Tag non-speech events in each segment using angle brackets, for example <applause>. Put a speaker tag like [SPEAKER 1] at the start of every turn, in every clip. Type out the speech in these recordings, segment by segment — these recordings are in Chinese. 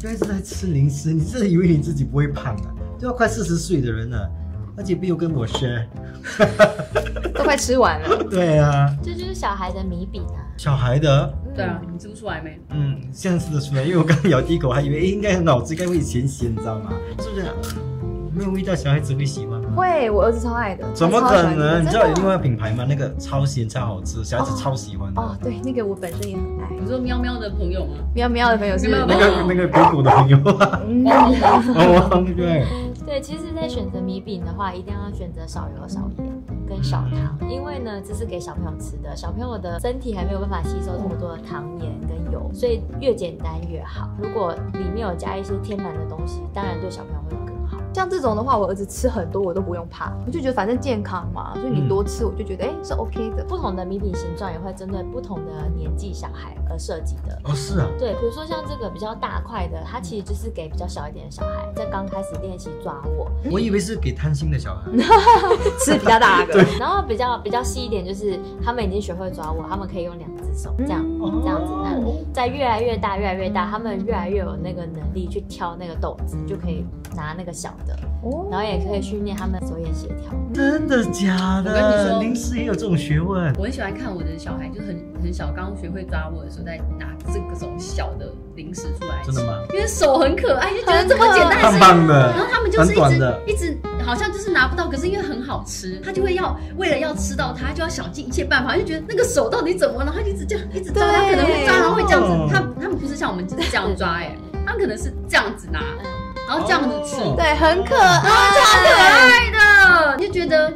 [SPEAKER 1] 不要一直在吃零食，你真的以为你自己不会胖啊？都要快四十岁的人了、而且没有跟我 share。
[SPEAKER 2] 都快吃完了。
[SPEAKER 1] 对啊，
[SPEAKER 3] 这就是小孩的谜底啊。
[SPEAKER 1] 小孩的，
[SPEAKER 2] 嗯
[SPEAKER 4] 对啊，你吃不出来没？
[SPEAKER 1] 嗯，现在吃得出来，因为我刚刚咬第一口，还以为哎诶应该脑子应该会咸咸，你知道吗？是不是？啊没有味道，小孩子会喜欢吗？
[SPEAKER 2] 会，我儿子超爱的。
[SPEAKER 1] 怎么
[SPEAKER 2] 他超喜
[SPEAKER 1] 可能？
[SPEAKER 2] 欢的
[SPEAKER 1] 你知道有
[SPEAKER 2] 真的
[SPEAKER 1] 另外一个品牌吗？那个超咸超好吃，小孩子超喜欢的。
[SPEAKER 2] 哦，对，那个我本身也很爱。
[SPEAKER 4] 你说喵喵的朋友吗？
[SPEAKER 2] 喵喵的朋友是
[SPEAKER 4] 喵
[SPEAKER 1] 那
[SPEAKER 4] 喵
[SPEAKER 1] 个那个硅谷的朋友，
[SPEAKER 2] 嗯
[SPEAKER 4] 汪汪
[SPEAKER 1] 哦，对，
[SPEAKER 3] 对，其实，在选择米饼的话，一定要选择少油、少盐跟少糖，因为呢，这是给小朋友吃的，小朋友的身体还没有办法吸收这么多的糖、盐跟油，所以越简单越好。如果里面有加一些天然的东西，当然对小朋友会更好。
[SPEAKER 2] 像这种的话，我儿子吃很多我都不用怕，我就觉得反正健康嘛，所以
[SPEAKER 1] 嗯
[SPEAKER 2] 你多吃我就觉得哎、诶是 OK 的。
[SPEAKER 3] 不同的米饼形状也会针对不同的年纪小孩而设计的。
[SPEAKER 1] 哦是啊，
[SPEAKER 3] 对，比如说像这个比较大块的，它其实就是给比较小一点的小孩，在刚开始练习抓握，
[SPEAKER 1] 我以为是给贪心的小孩。
[SPEAKER 2] 吃比较大的，
[SPEAKER 3] 然后比较比较细一点，就是他们已经学会抓握，他们可以用两只手这样、
[SPEAKER 2] 嗯
[SPEAKER 3] 这样子啊按。
[SPEAKER 1] 哦
[SPEAKER 3] 在越来越大越来越大，他们越来越有那个能力去挑那个豆子，就可以拿那个小的，
[SPEAKER 2] 哦
[SPEAKER 3] 然后也可以训练他们手眼协调。
[SPEAKER 1] 真的假
[SPEAKER 4] 我跟你
[SPEAKER 1] 的？
[SPEAKER 4] 说
[SPEAKER 1] 零食也有这种学问。
[SPEAKER 4] 我很喜欢看我的小孩，就是很很小刚学会抓握的时候，在拿这个种小的零食出来吃
[SPEAKER 1] 真的吗？
[SPEAKER 4] 因为手很可爱，就觉得这么简单的事
[SPEAKER 1] 棒
[SPEAKER 4] 情。
[SPEAKER 1] 棒
[SPEAKER 4] 然后
[SPEAKER 1] 的，
[SPEAKER 4] 他们就是一
[SPEAKER 1] 短短
[SPEAKER 4] 直
[SPEAKER 1] 的
[SPEAKER 4] 嗯一直好像就是拿不到，可是因为很好吃，他就会要为了要吃到它，就要想尽一切办法，就觉得那个手到底怎么了，他就一直这样一直抓，
[SPEAKER 2] 对
[SPEAKER 4] 他可能会抓，然后会这样
[SPEAKER 1] 哦
[SPEAKER 4] 子，他他们不是像我们只是这样抓，哎，他们可能是这样子拿，
[SPEAKER 3] 嗯
[SPEAKER 4] 然后这样子吃，
[SPEAKER 1] 哦
[SPEAKER 2] 对，很可爱。
[SPEAKER 4] 的，你就觉得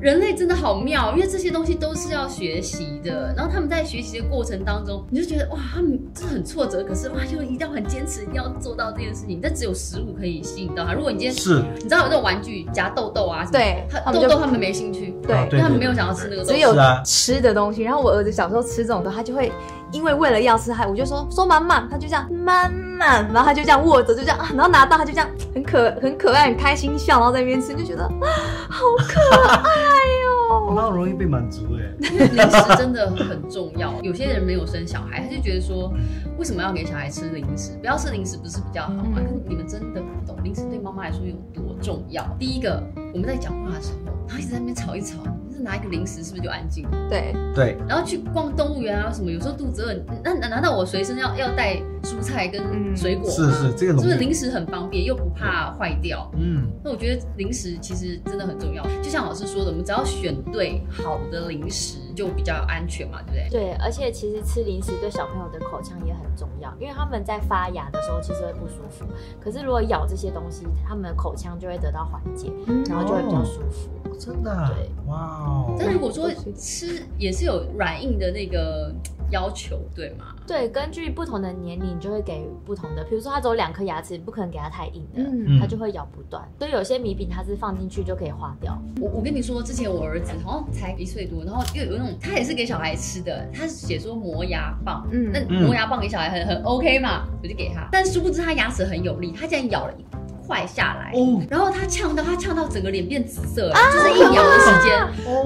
[SPEAKER 4] 人类真的好妙，因为这些东西都是要学习的。然后他们在学习的过程当中，你就觉得哇，他们真的很挫折，可是哇，又一定要很坚持，一定要做到这件事情。但只有食物可以吸引到他。如果你今天
[SPEAKER 1] 是
[SPEAKER 4] 你知道有那种玩具夹豆豆啊什么，
[SPEAKER 2] 对
[SPEAKER 4] 他
[SPEAKER 2] 他们
[SPEAKER 4] 豆
[SPEAKER 2] 就
[SPEAKER 4] 豆他们没兴趣，
[SPEAKER 1] 啊
[SPEAKER 2] 对，
[SPEAKER 4] 因为他们没有想要吃那个
[SPEAKER 2] 只
[SPEAKER 4] 豆豆。
[SPEAKER 2] 有
[SPEAKER 1] 是啊
[SPEAKER 2] 吃的东西。然后我儿子小时候吃这种的，他就会因为为了要吃，他我就说说满满，他就这样满满，然后他就这样握着，就这样，啊然后拿到他就这样很可很可爱，很开心笑，然后在那边吃，就觉得啊好可爱
[SPEAKER 1] 我
[SPEAKER 2] 哟、
[SPEAKER 1] 妈容易被满足
[SPEAKER 4] <laughs>
[SPEAKER 1] 哎。
[SPEAKER 4] 因为嗯零食真的很重要。有些人没有生小孩，他就觉得说，为什么要给小孩吃零食？不要吃零食不是比较好吗？
[SPEAKER 2] 嗯
[SPEAKER 4] 可是你们真的不懂零食对妈妈来说有多重要。第一个，我们在讲话的时候，然后一直在那边吵一吵，就是拿一个零食是不是就安静了？
[SPEAKER 2] 对，
[SPEAKER 1] 对，
[SPEAKER 4] 然后去逛动物园啊什么，有时候肚子饿，那那难道我随身要要带蔬菜跟
[SPEAKER 2] 嗯
[SPEAKER 4] 水果
[SPEAKER 1] 是
[SPEAKER 4] 吗？
[SPEAKER 1] 是，这个
[SPEAKER 4] 是
[SPEAKER 1] 容
[SPEAKER 4] 不是
[SPEAKER 1] 易。
[SPEAKER 4] 零食很方便，又不怕坏掉？
[SPEAKER 1] 嗯，
[SPEAKER 4] 那我觉得零食其实真的很重要，就像老师说的，我们只要选对好的零食就比较安全嘛，对不对？
[SPEAKER 3] 对，而且其实吃零食对小朋友的口腔也很重要，因为他们在发芽的时候其实会不舒服，可是如果咬这些东西，他们的口腔就会得到缓解，然后就会比较
[SPEAKER 2] 哦
[SPEAKER 3] 舒服。
[SPEAKER 1] 真的啊
[SPEAKER 3] 对，
[SPEAKER 1] 哇哦。
[SPEAKER 4] 但如果说
[SPEAKER 2] 对不
[SPEAKER 4] 吃也是有软硬的那个要求，对吗？
[SPEAKER 3] 对，根据不同的年龄，你就会给予不同的。比如说，他只有两颗牙齿，你不可能给他太硬的，
[SPEAKER 2] 嗯
[SPEAKER 3] 他就会咬不断。所以有些米饼它是放进去就可以化掉。
[SPEAKER 4] 我我跟你说，之前我儿子好像才一岁多，然后又有那种他也是给小孩吃的，他写说磨牙棒，
[SPEAKER 2] 嗯
[SPEAKER 4] 那磨牙棒给小孩很很 OK 嘛，我就给他，但殊不知他牙齿很有力，他竟然咬了一块下来，
[SPEAKER 1] 哦
[SPEAKER 4] 然后他呛到他呛到整个脸变紫色，就是一咬的时间，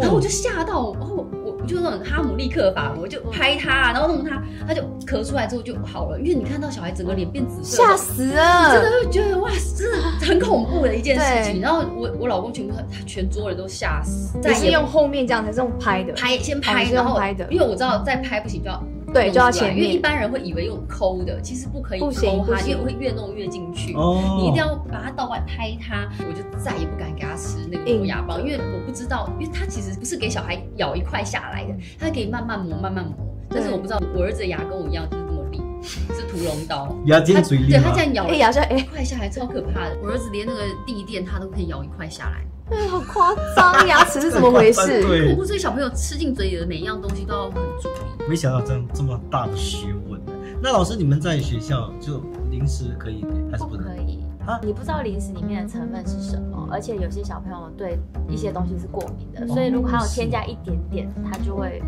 [SPEAKER 4] 然后我
[SPEAKER 1] 哦，
[SPEAKER 2] 嗯
[SPEAKER 4] 就吓到，然后我我就那种哈姆立克法，我
[SPEAKER 2] 嗯
[SPEAKER 4] 就拍他，啊然后弄他，他就咳出来之后就好了，因为你看到小孩整个脸变紫色，
[SPEAKER 2] 吓死
[SPEAKER 4] 真
[SPEAKER 2] 了。啊
[SPEAKER 4] 的会觉得哇，真的很恐怖的一件事情。
[SPEAKER 2] 对
[SPEAKER 4] 然后我我老公全部他他全桌人都吓死，
[SPEAKER 2] 你是
[SPEAKER 4] 也
[SPEAKER 2] 用后面这样才是用拍的，
[SPEAKER 4] 拍先
[SPEAKER 2] 哦
[SPEAKER 4] 拍，
[SPEAKER 2] 你是
[SPEAKER 4] 然后
[SPEAKER 2] 用拍的
[SPEAKER 4] 因为我知道再拍不行就要
[SPEAKER 2] 对，
[SPEAKER 4] 弄
[SPEAKER 2] 就要
[SPEAKER 4] 出来
[SPEAKER 2] 前
[SPEAKER 4] 因为一
[SPEAKER 2] 面。
[SPEAKER 4] 般人会以为用抠的，其实不可以
[SPEAKER 2] 不行
[SPEAKER 4] 抠
[SPEAKER 2] 不
[SPEAKER 4] 它，因
[SPEAKER 2] 行
[SPEAKER 4] 为会越弄越进去。
[SPEAKER 1] 哦
[SPEAKER 4] 你一定要把它倒过来拍它，我就再也不敢给他吃那个磨牙棒，因为我不知道，因为它其实不是给小孩咬一块下来的，
[SPEAKER 2] 嗯
[SPEAKER 4] 它可以慢慢磨，慢慢磨。但是我不知道我儿子的牙跟我一样就是这么
[SPEAKER 2] <laughs>
[SPEAKER 4] 利，是屠龙刀，
[SPEAKER 1] 牙
[SPEAKER 4] 他
[SPEAKER 1] 尖嘴利
[SPEAKER 4] 对他
[SPEAKER 1] 嘛
[SPEAKER 4] 这。样咬
[SPEAKER 2] 哎
[SPEAKER 4] 了
[SPEAKER 2] 呀，这哎
[SPEAKER 4] 一，块下来超可怕的，我儿子连那个地垫他都可以咬一块下来。
[SPEAKER 2] 哎好夸张，牙齿是怎么回事？
[SPEAKER 4] 恐
[SPEAKER 1] <laughs>
[SPEAKER 4] <laughs>
[SPEAKER 1] 对
[SPEAKER 4] 怖，所以小朋友吃进嘴里的每一样东西都要很注意。
[SPEAKER 1] 没想到这样这么大的学问。那老师，你们在学校就零食可以给还是
[SPEAKER 3] 不
[SPEAKER 1] 不能
[SPEAKER 3] 可？以
[SPEAKER 1] 啊
[SPEAKER 3] 你不知道零食里面的成分是什
[SPEAKER 2] 嗯
[SPEAKER 3] 么，而且有些小朋友对一些东西是过敏
[SPEAKER 2] 哦
[SPEAKER 3] 的，所以如果他有添加一点点，他就会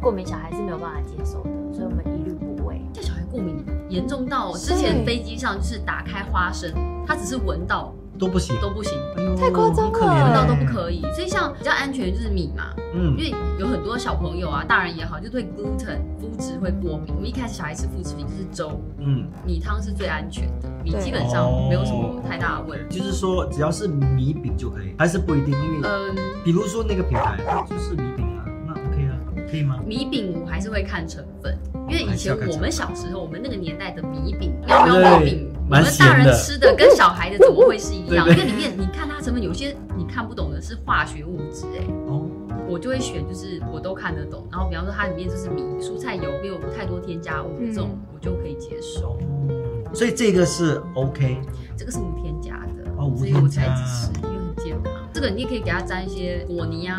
[SPEAKER 3] 过敏，小孩是没有办法接受的，所以我们一律不喂。
[SPEAKER 4] 这小孩过敏严重到之前飞机上就是打开花生，他只是闻到
[SPEAKER 1] 都不行，
[SPEAKER 4] 都不行，
[SPEAKER 1] 哎呦
[SPEAKER 2] 太夸
[SPEAKER 1] 好
[SPEAKER 2] 张了
[SPEAKER 1] 可怜
[SPEAKER 4] 碰到
[SPEAKER 1] 欸
[SPEAKER 4] 都不可以。所以像比较安全的就是米嘛，
[SPEAKER 1] 嗯
[SPEAKER 4] 因，为有很多小朋友啊，大人也好，就对 gluten 麸质会过敏。我们一开始小孩吃麸质品就是粥，
[SPEAKER 1] 嗯，
[SPEAKER 4] 米汤是最安全的，米
[SPEAKER 2] 对
[SPEAKER 4] 基本上没有什么太大的问题。
[SPEAKER 1] 就是说只要是米饼就可以，还是不一定，因为、
[SPEAKER 4] 嗯，
[SPEAKER 1] 比如说那个品牌它就是米饼啊，那 OK 啊，可以吗？
[SPEAKER 4] 米饼我还是会看成分，因为以前我们小时候，我们那个年代的米饼，
[SPEAKER 1] 对
[SPEAKER 4] 喵喵米饼，我
[SPEAKER 1] 蛮
[SPEAKER 4] 们大
[SPEAKER 1] 咸的
[SPEAKER 4] 人吃的跟小孩的怎么会是一
[SPEAKER 1] <laughs>
[SPEAKER 4] 样？
[SPEAKER 1] 对
[SPEAKER 4] 因
[SPEAKER 1] 对
[SPEAKER 4] 为里面你看它成分，有些你看不懂的是化学物质，哎，
[SPEAKER 1] 哦，
[SPEAKER 4] 我就会选就是我都看得懂，然后比方说它里面就是米、蔬菜油没有太多添加物的这种，
[SPEAKER 2] 嗯
[SPEAKER 4] 我就可以接受。
[SPEAKER 1] 哦，所以这个是 OK，
[SPEAKER 4] 这个是无添加的，
[SPEAKER 1] 哦无
[SPEAKER 4] 所以我
[SPEAKER 1] 添加
[SPEAKER 4] 才一直吃，因为很健康。这个你也可以给它沾一些果泥啊，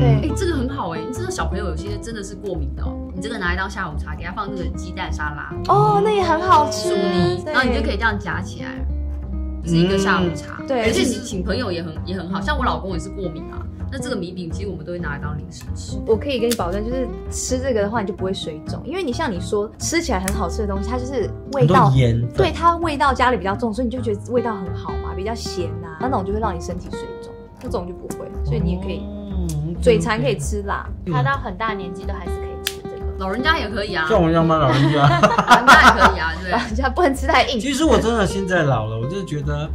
[SPEAKER 4] 哎、
[SPEAKER 1] 嗯，
[SPEAKER 4] 这个很好哎、你知道小朋友有些真的是过敏的、哦，你这个拿来当下午茶，给他放那个鸡蛋沙拉，
[SPEAKER 2] 哦，那也很好吃
[SPEAKER 4] 薯泥，，
[SPEAKER 2] 对
[SPEAKER 4] 然后你就可以这样夹起来，是一个下午茶。
[SPEAKER 2] 嗯对
[SPEAKER 4] 而且你请朋友也很也很好，像我老公也是过敏啊，那这个米饼其实我们都会拿来当零食吃。
[SPEAKER 2] 我可以跟你保证，就是吃这个的话，你就不会水肿，因为你像你说吃起来很好吃的东西，它就是味
[SPEAKER 1] 很
[SPEAKER 2] 道
[SPEAKER 1] 多，盐分
[SPEAKER 2] 对它味道家里比较重，所以你就觉得味道很好嘛，比较咸呐、那种就会让你身体水肿，那种就不会，所以你也可以、
[SPEAKER 1] 哦
[SPEAKER 2] 嘴馋可以，吃辣，
[SPEAKER 1] 嗯
[SPEAKER 3] 他到很大年纪都还是可以吃这个。
[SPEAKER 4] 老人家也可以啊，
[SPEAKER 1] 像我一样吗？老人家。
[SPEAKER 4] 老人家也可以啊，对不
[SPEAKER 2] 然
[SPEAKER 4] 对。
[SPEAKER 2] <laughs> 后就不能吃太硬。
[SPEAKER 1] 其实我真的现在老了，我就觉得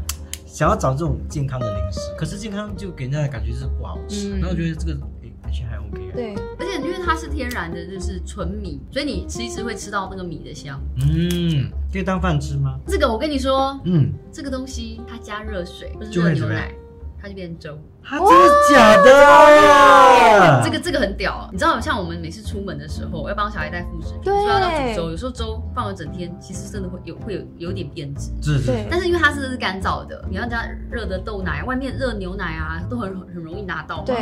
[SPEAKER 1] 想要找这种健康的零食，可是健康就给人家的感觉就是不好吃。
[SPEAKER 2] 嗯
[SPEAKER 1] 然后我觉得这个诶，而且还 OK。，啊
[SPEAKER 2] 对，
[SPEAKER 4] 而且因为它是天然的，就是纯米，所以你吃一吃会吃到那个米的香。
[SPEAKER 1] 嗯，可以当饭吃吗？
[SPEAKER 4] 这个我跟你说，
[SPEAKER 1] 嗯，
[SPEAKER 4] 这个东西它加热水或是
[SPEAKER 1] 就
[SPEAKER 4] 热
[SPEAKER 1] 会
[SPEAKER 4] 牛
[SPEAKER 1] 怎么样
[SPEAKER 4] 奶，它就变粥。
[SPEAKER 1] 啊，真的假的？
[SPEAKER 4] 这个这个很屌，哦你知道，像我们每次出门的时候，我要帮小孩带副食品，
[SPEAKER 2] 对
[SPEAKER 4] 说要当煮粥，有时候粥放了整天，其实真的会有会有有点变质。
[SPEAKER 1] 是是
[SPEAKER 2] 对
[SPEAKER 1] 是，
[SPEAKER 4] 但是因为它是干燥的，你要加热的豆奶，外面热牛奶啊，都很很容易拿到嘛。
[SPEAKER 2] 对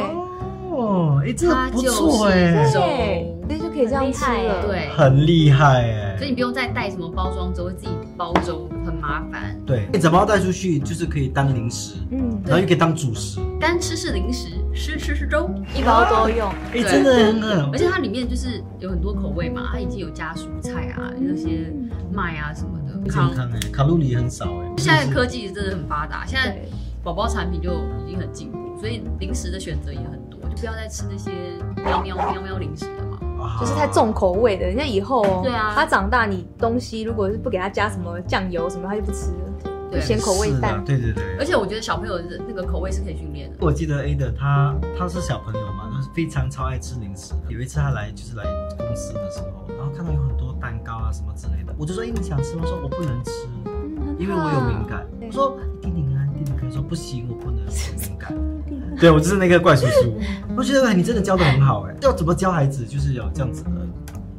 [SPEAKER 1] 哦，哎，这
[SPEAKER 4] 它
[SPEAKER 1] 个不
[SPEAKER 4] 就是
[SPEAKER 1] 错哎，
[SPEAKER 4] 粥
[SPEAKER 2] 对，那就可以这样吃
[SPEAKER 3] 很厉害
[SPEAKER 2] 了。
[SPEAKER 4] 对，
[SPEAKER 1] 很厉害哎。
[SPEAKER 4] 所以你不用再带什么包装粥，自己包粥很麻烦。
[SPEAKER 1] 对，你怎么带出去就是可以当零食，
[SPEAKER 2] 嗯，
[SPEAKER 1] 然后又可以当主食。
[SPEAKER 4] 干吃是零食，湿吃是粥，
[SPEAKER 3] 一包
[SPEAKER 2] 哦
[SPEAKER 3] 多用，
[SPEAKER 1] 哎，
[SPEAKER 4] 对
[SPEAKER 1] 真的很好
[SPEAKER 4] 而。且它里面就是有很多口味嘛，它已经有加蔬菜啊，那些麦啊什么的。
[SPEAKER 1] 嗯健康哎，卡路里很少哎。
[SPEAKER 4] 现在科技真的很发达，现在
[SPEAKER 2] 对，
[SPEAKER 4] 宝宝产品就已经很进步，所以零食的选择也很多，就不要再吃那些喵喵喵喵零食了嘛。
[SPEAKER 1] 啊
[SPEAKER 2] 就是太重口味的，人家以后哦，
[SPEAKER 4] 对啊
[SPEAKER 2] 他长大你东西如果是不给他加什么酱油什么，他就不吃了，就
[SPEAKER 4] 对，
[SPEAKER 2] 咸口味
[SPEAKER 1] 是的
[SPEAKER 2] 淡。
[SPEAKER 1] 对对对。
[SPEAKER 4] 而且我觉得小朋友的那个口味是可以训练的。
[SPEAKER 1] 我记得 A 的他他是小朋友嘛，他是非常超爱吃零食的。有一次他来就是来公司的时候，然后看到有很多蛋糕啊什么之类的，我就说：“哎，你想吃吗？”说：“我不能吃，
[SPEAKER 2] 嗯
[SPEAKER 1] 因为我有敏。感。”
[SPEAKER 2] 对
[SPEAKER 1] 我说：“一点点啊，一点点。”说：“不行，我不能，我有敏感。”对，我就是那个怪叔叔。我觉得哎你真的教的很好哎，要怎么教孩子就是有这样子的，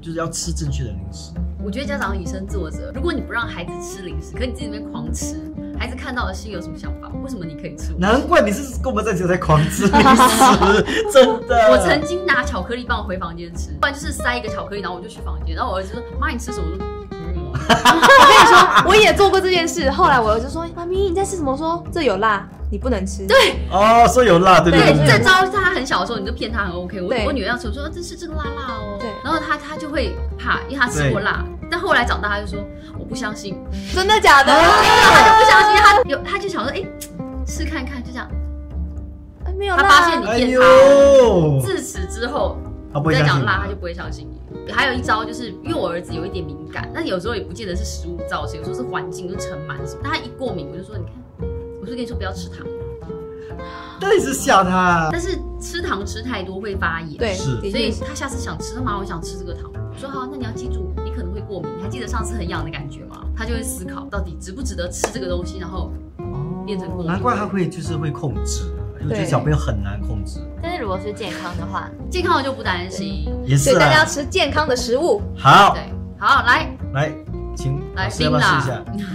[SPEAKER 1] 就是要吃正确的零食。
[SPEAKER 4] 我觉得家长以身作则，如果你不让孩子吃零食，可你自己在那边狂吃，孩子看到的心有什么想法？为什么你可以吃？
[SPEAKER 1] 难怪你是跟我们在一起在狂吃零食，真的。
[SPEAKER 4] <laughs> 我曾经拿巧克力棒回房间吃，不然就是塞一个巧克力，然后我就去房间，然后我儿子说：“妈，你吃什么？”我说：“嗯，
[SPEAKER 2] 我跟你说，我也做过这件事。后来我儿子说：“妈咪，你在吃什么？”我说：“这有辣，你不能吃。”对，
[SPEAKER 1] 哦，说有辣，对不
[SPEAKER 4] 对，
[SPEAKER 1] 对？
[SPEAKER 4] 这招在他很小的时候，你就骗他很 OK 我。
[SPEAKER 2] 对
[SPEAKER 4] 我女儿要吃，我说这是这个辣辣哦。
[SPEAKER 2] 对
[SPEAKER 4] 然后他他就会怕，因为他吃过辣。但后来长大，他就说我不相信，
[SPEAKER 2] 真的假的？
[SPEAKER 4] <laughs> 他就不相信，他有他就想说，哎、吃看看，就这样。
[SPEAKER 2] 哎没有
[SPEAKER 4] 他
[SPEAKER 2] 辣，
[SPEAKER 4] 发现你
[SPEAKER 1] 哎呦，
[SPEAKER 4] 自此之后，
[SPEAKER 1] 他不
[SPEAKER 4] 你
[SPEAKER 1] 会
[SPEAKER 4] 再
[SPEAKER 1] 相信
[SPEAKER 4] 讲
[SPEAKER 1] 你
[SPEAKER 4] 辣，他就不会相信你。还有一招就是，因为我儿子有一点敏感，但有时候也不见得是食物造成，有时候是环境，就是尘螨什么。但他一过敏，我就说你看，我就跟你说不要吃糖，
[SPEAKER 1] 到底是吓他？
[SPEAKER 4] 但是吃糖吃太多会发炎。
[SPEAKER 2] 对，
[SPEAKER 1] 是
[SPEAKER 2] 的
[SPEAKER 4] 所
[SPEAKER 2] 确
[SPEAKER 4] 以
[SPEAKER 2] 是
[SPEAKER 4] 他下次想吃妈，我想吃这个糖。我说好，那你要记住，你可能会过敏。你还记得上次很痒的感觉吗？他就会思考到底值不值得吃这个东西，然后变成过敏。
[SPEAKER 1] 难怪他会就是会控制，啊因为我觉得
[SPEAKER 2] 对
[SPEAKER 1] 小朋友很难控制，
[SPEAKER 3] 但是如果是健康的话，
[SPEAKER 4] 健康的就不担心。
[SPEAKER 1] 也
[SPEAKER 2] 所
[SPEAKER 1] 是
[SPEAKER 2] 以大家要
[SPEAKER 1] 啊。
[SPEAKER 2] 吃健康的食物。
[SPEAKER 1] 好，
[SPEAKER 4] 对，好，来
[SPEAKER 1] 来，请
[SPEAKER 4] 来
[SPEAKER 1] 老师要不要
[SPEAKER 4] 冰
[SPEAKER 1] 试
[SPEAKER 4] 啦
[SPEAKER 1] 一下？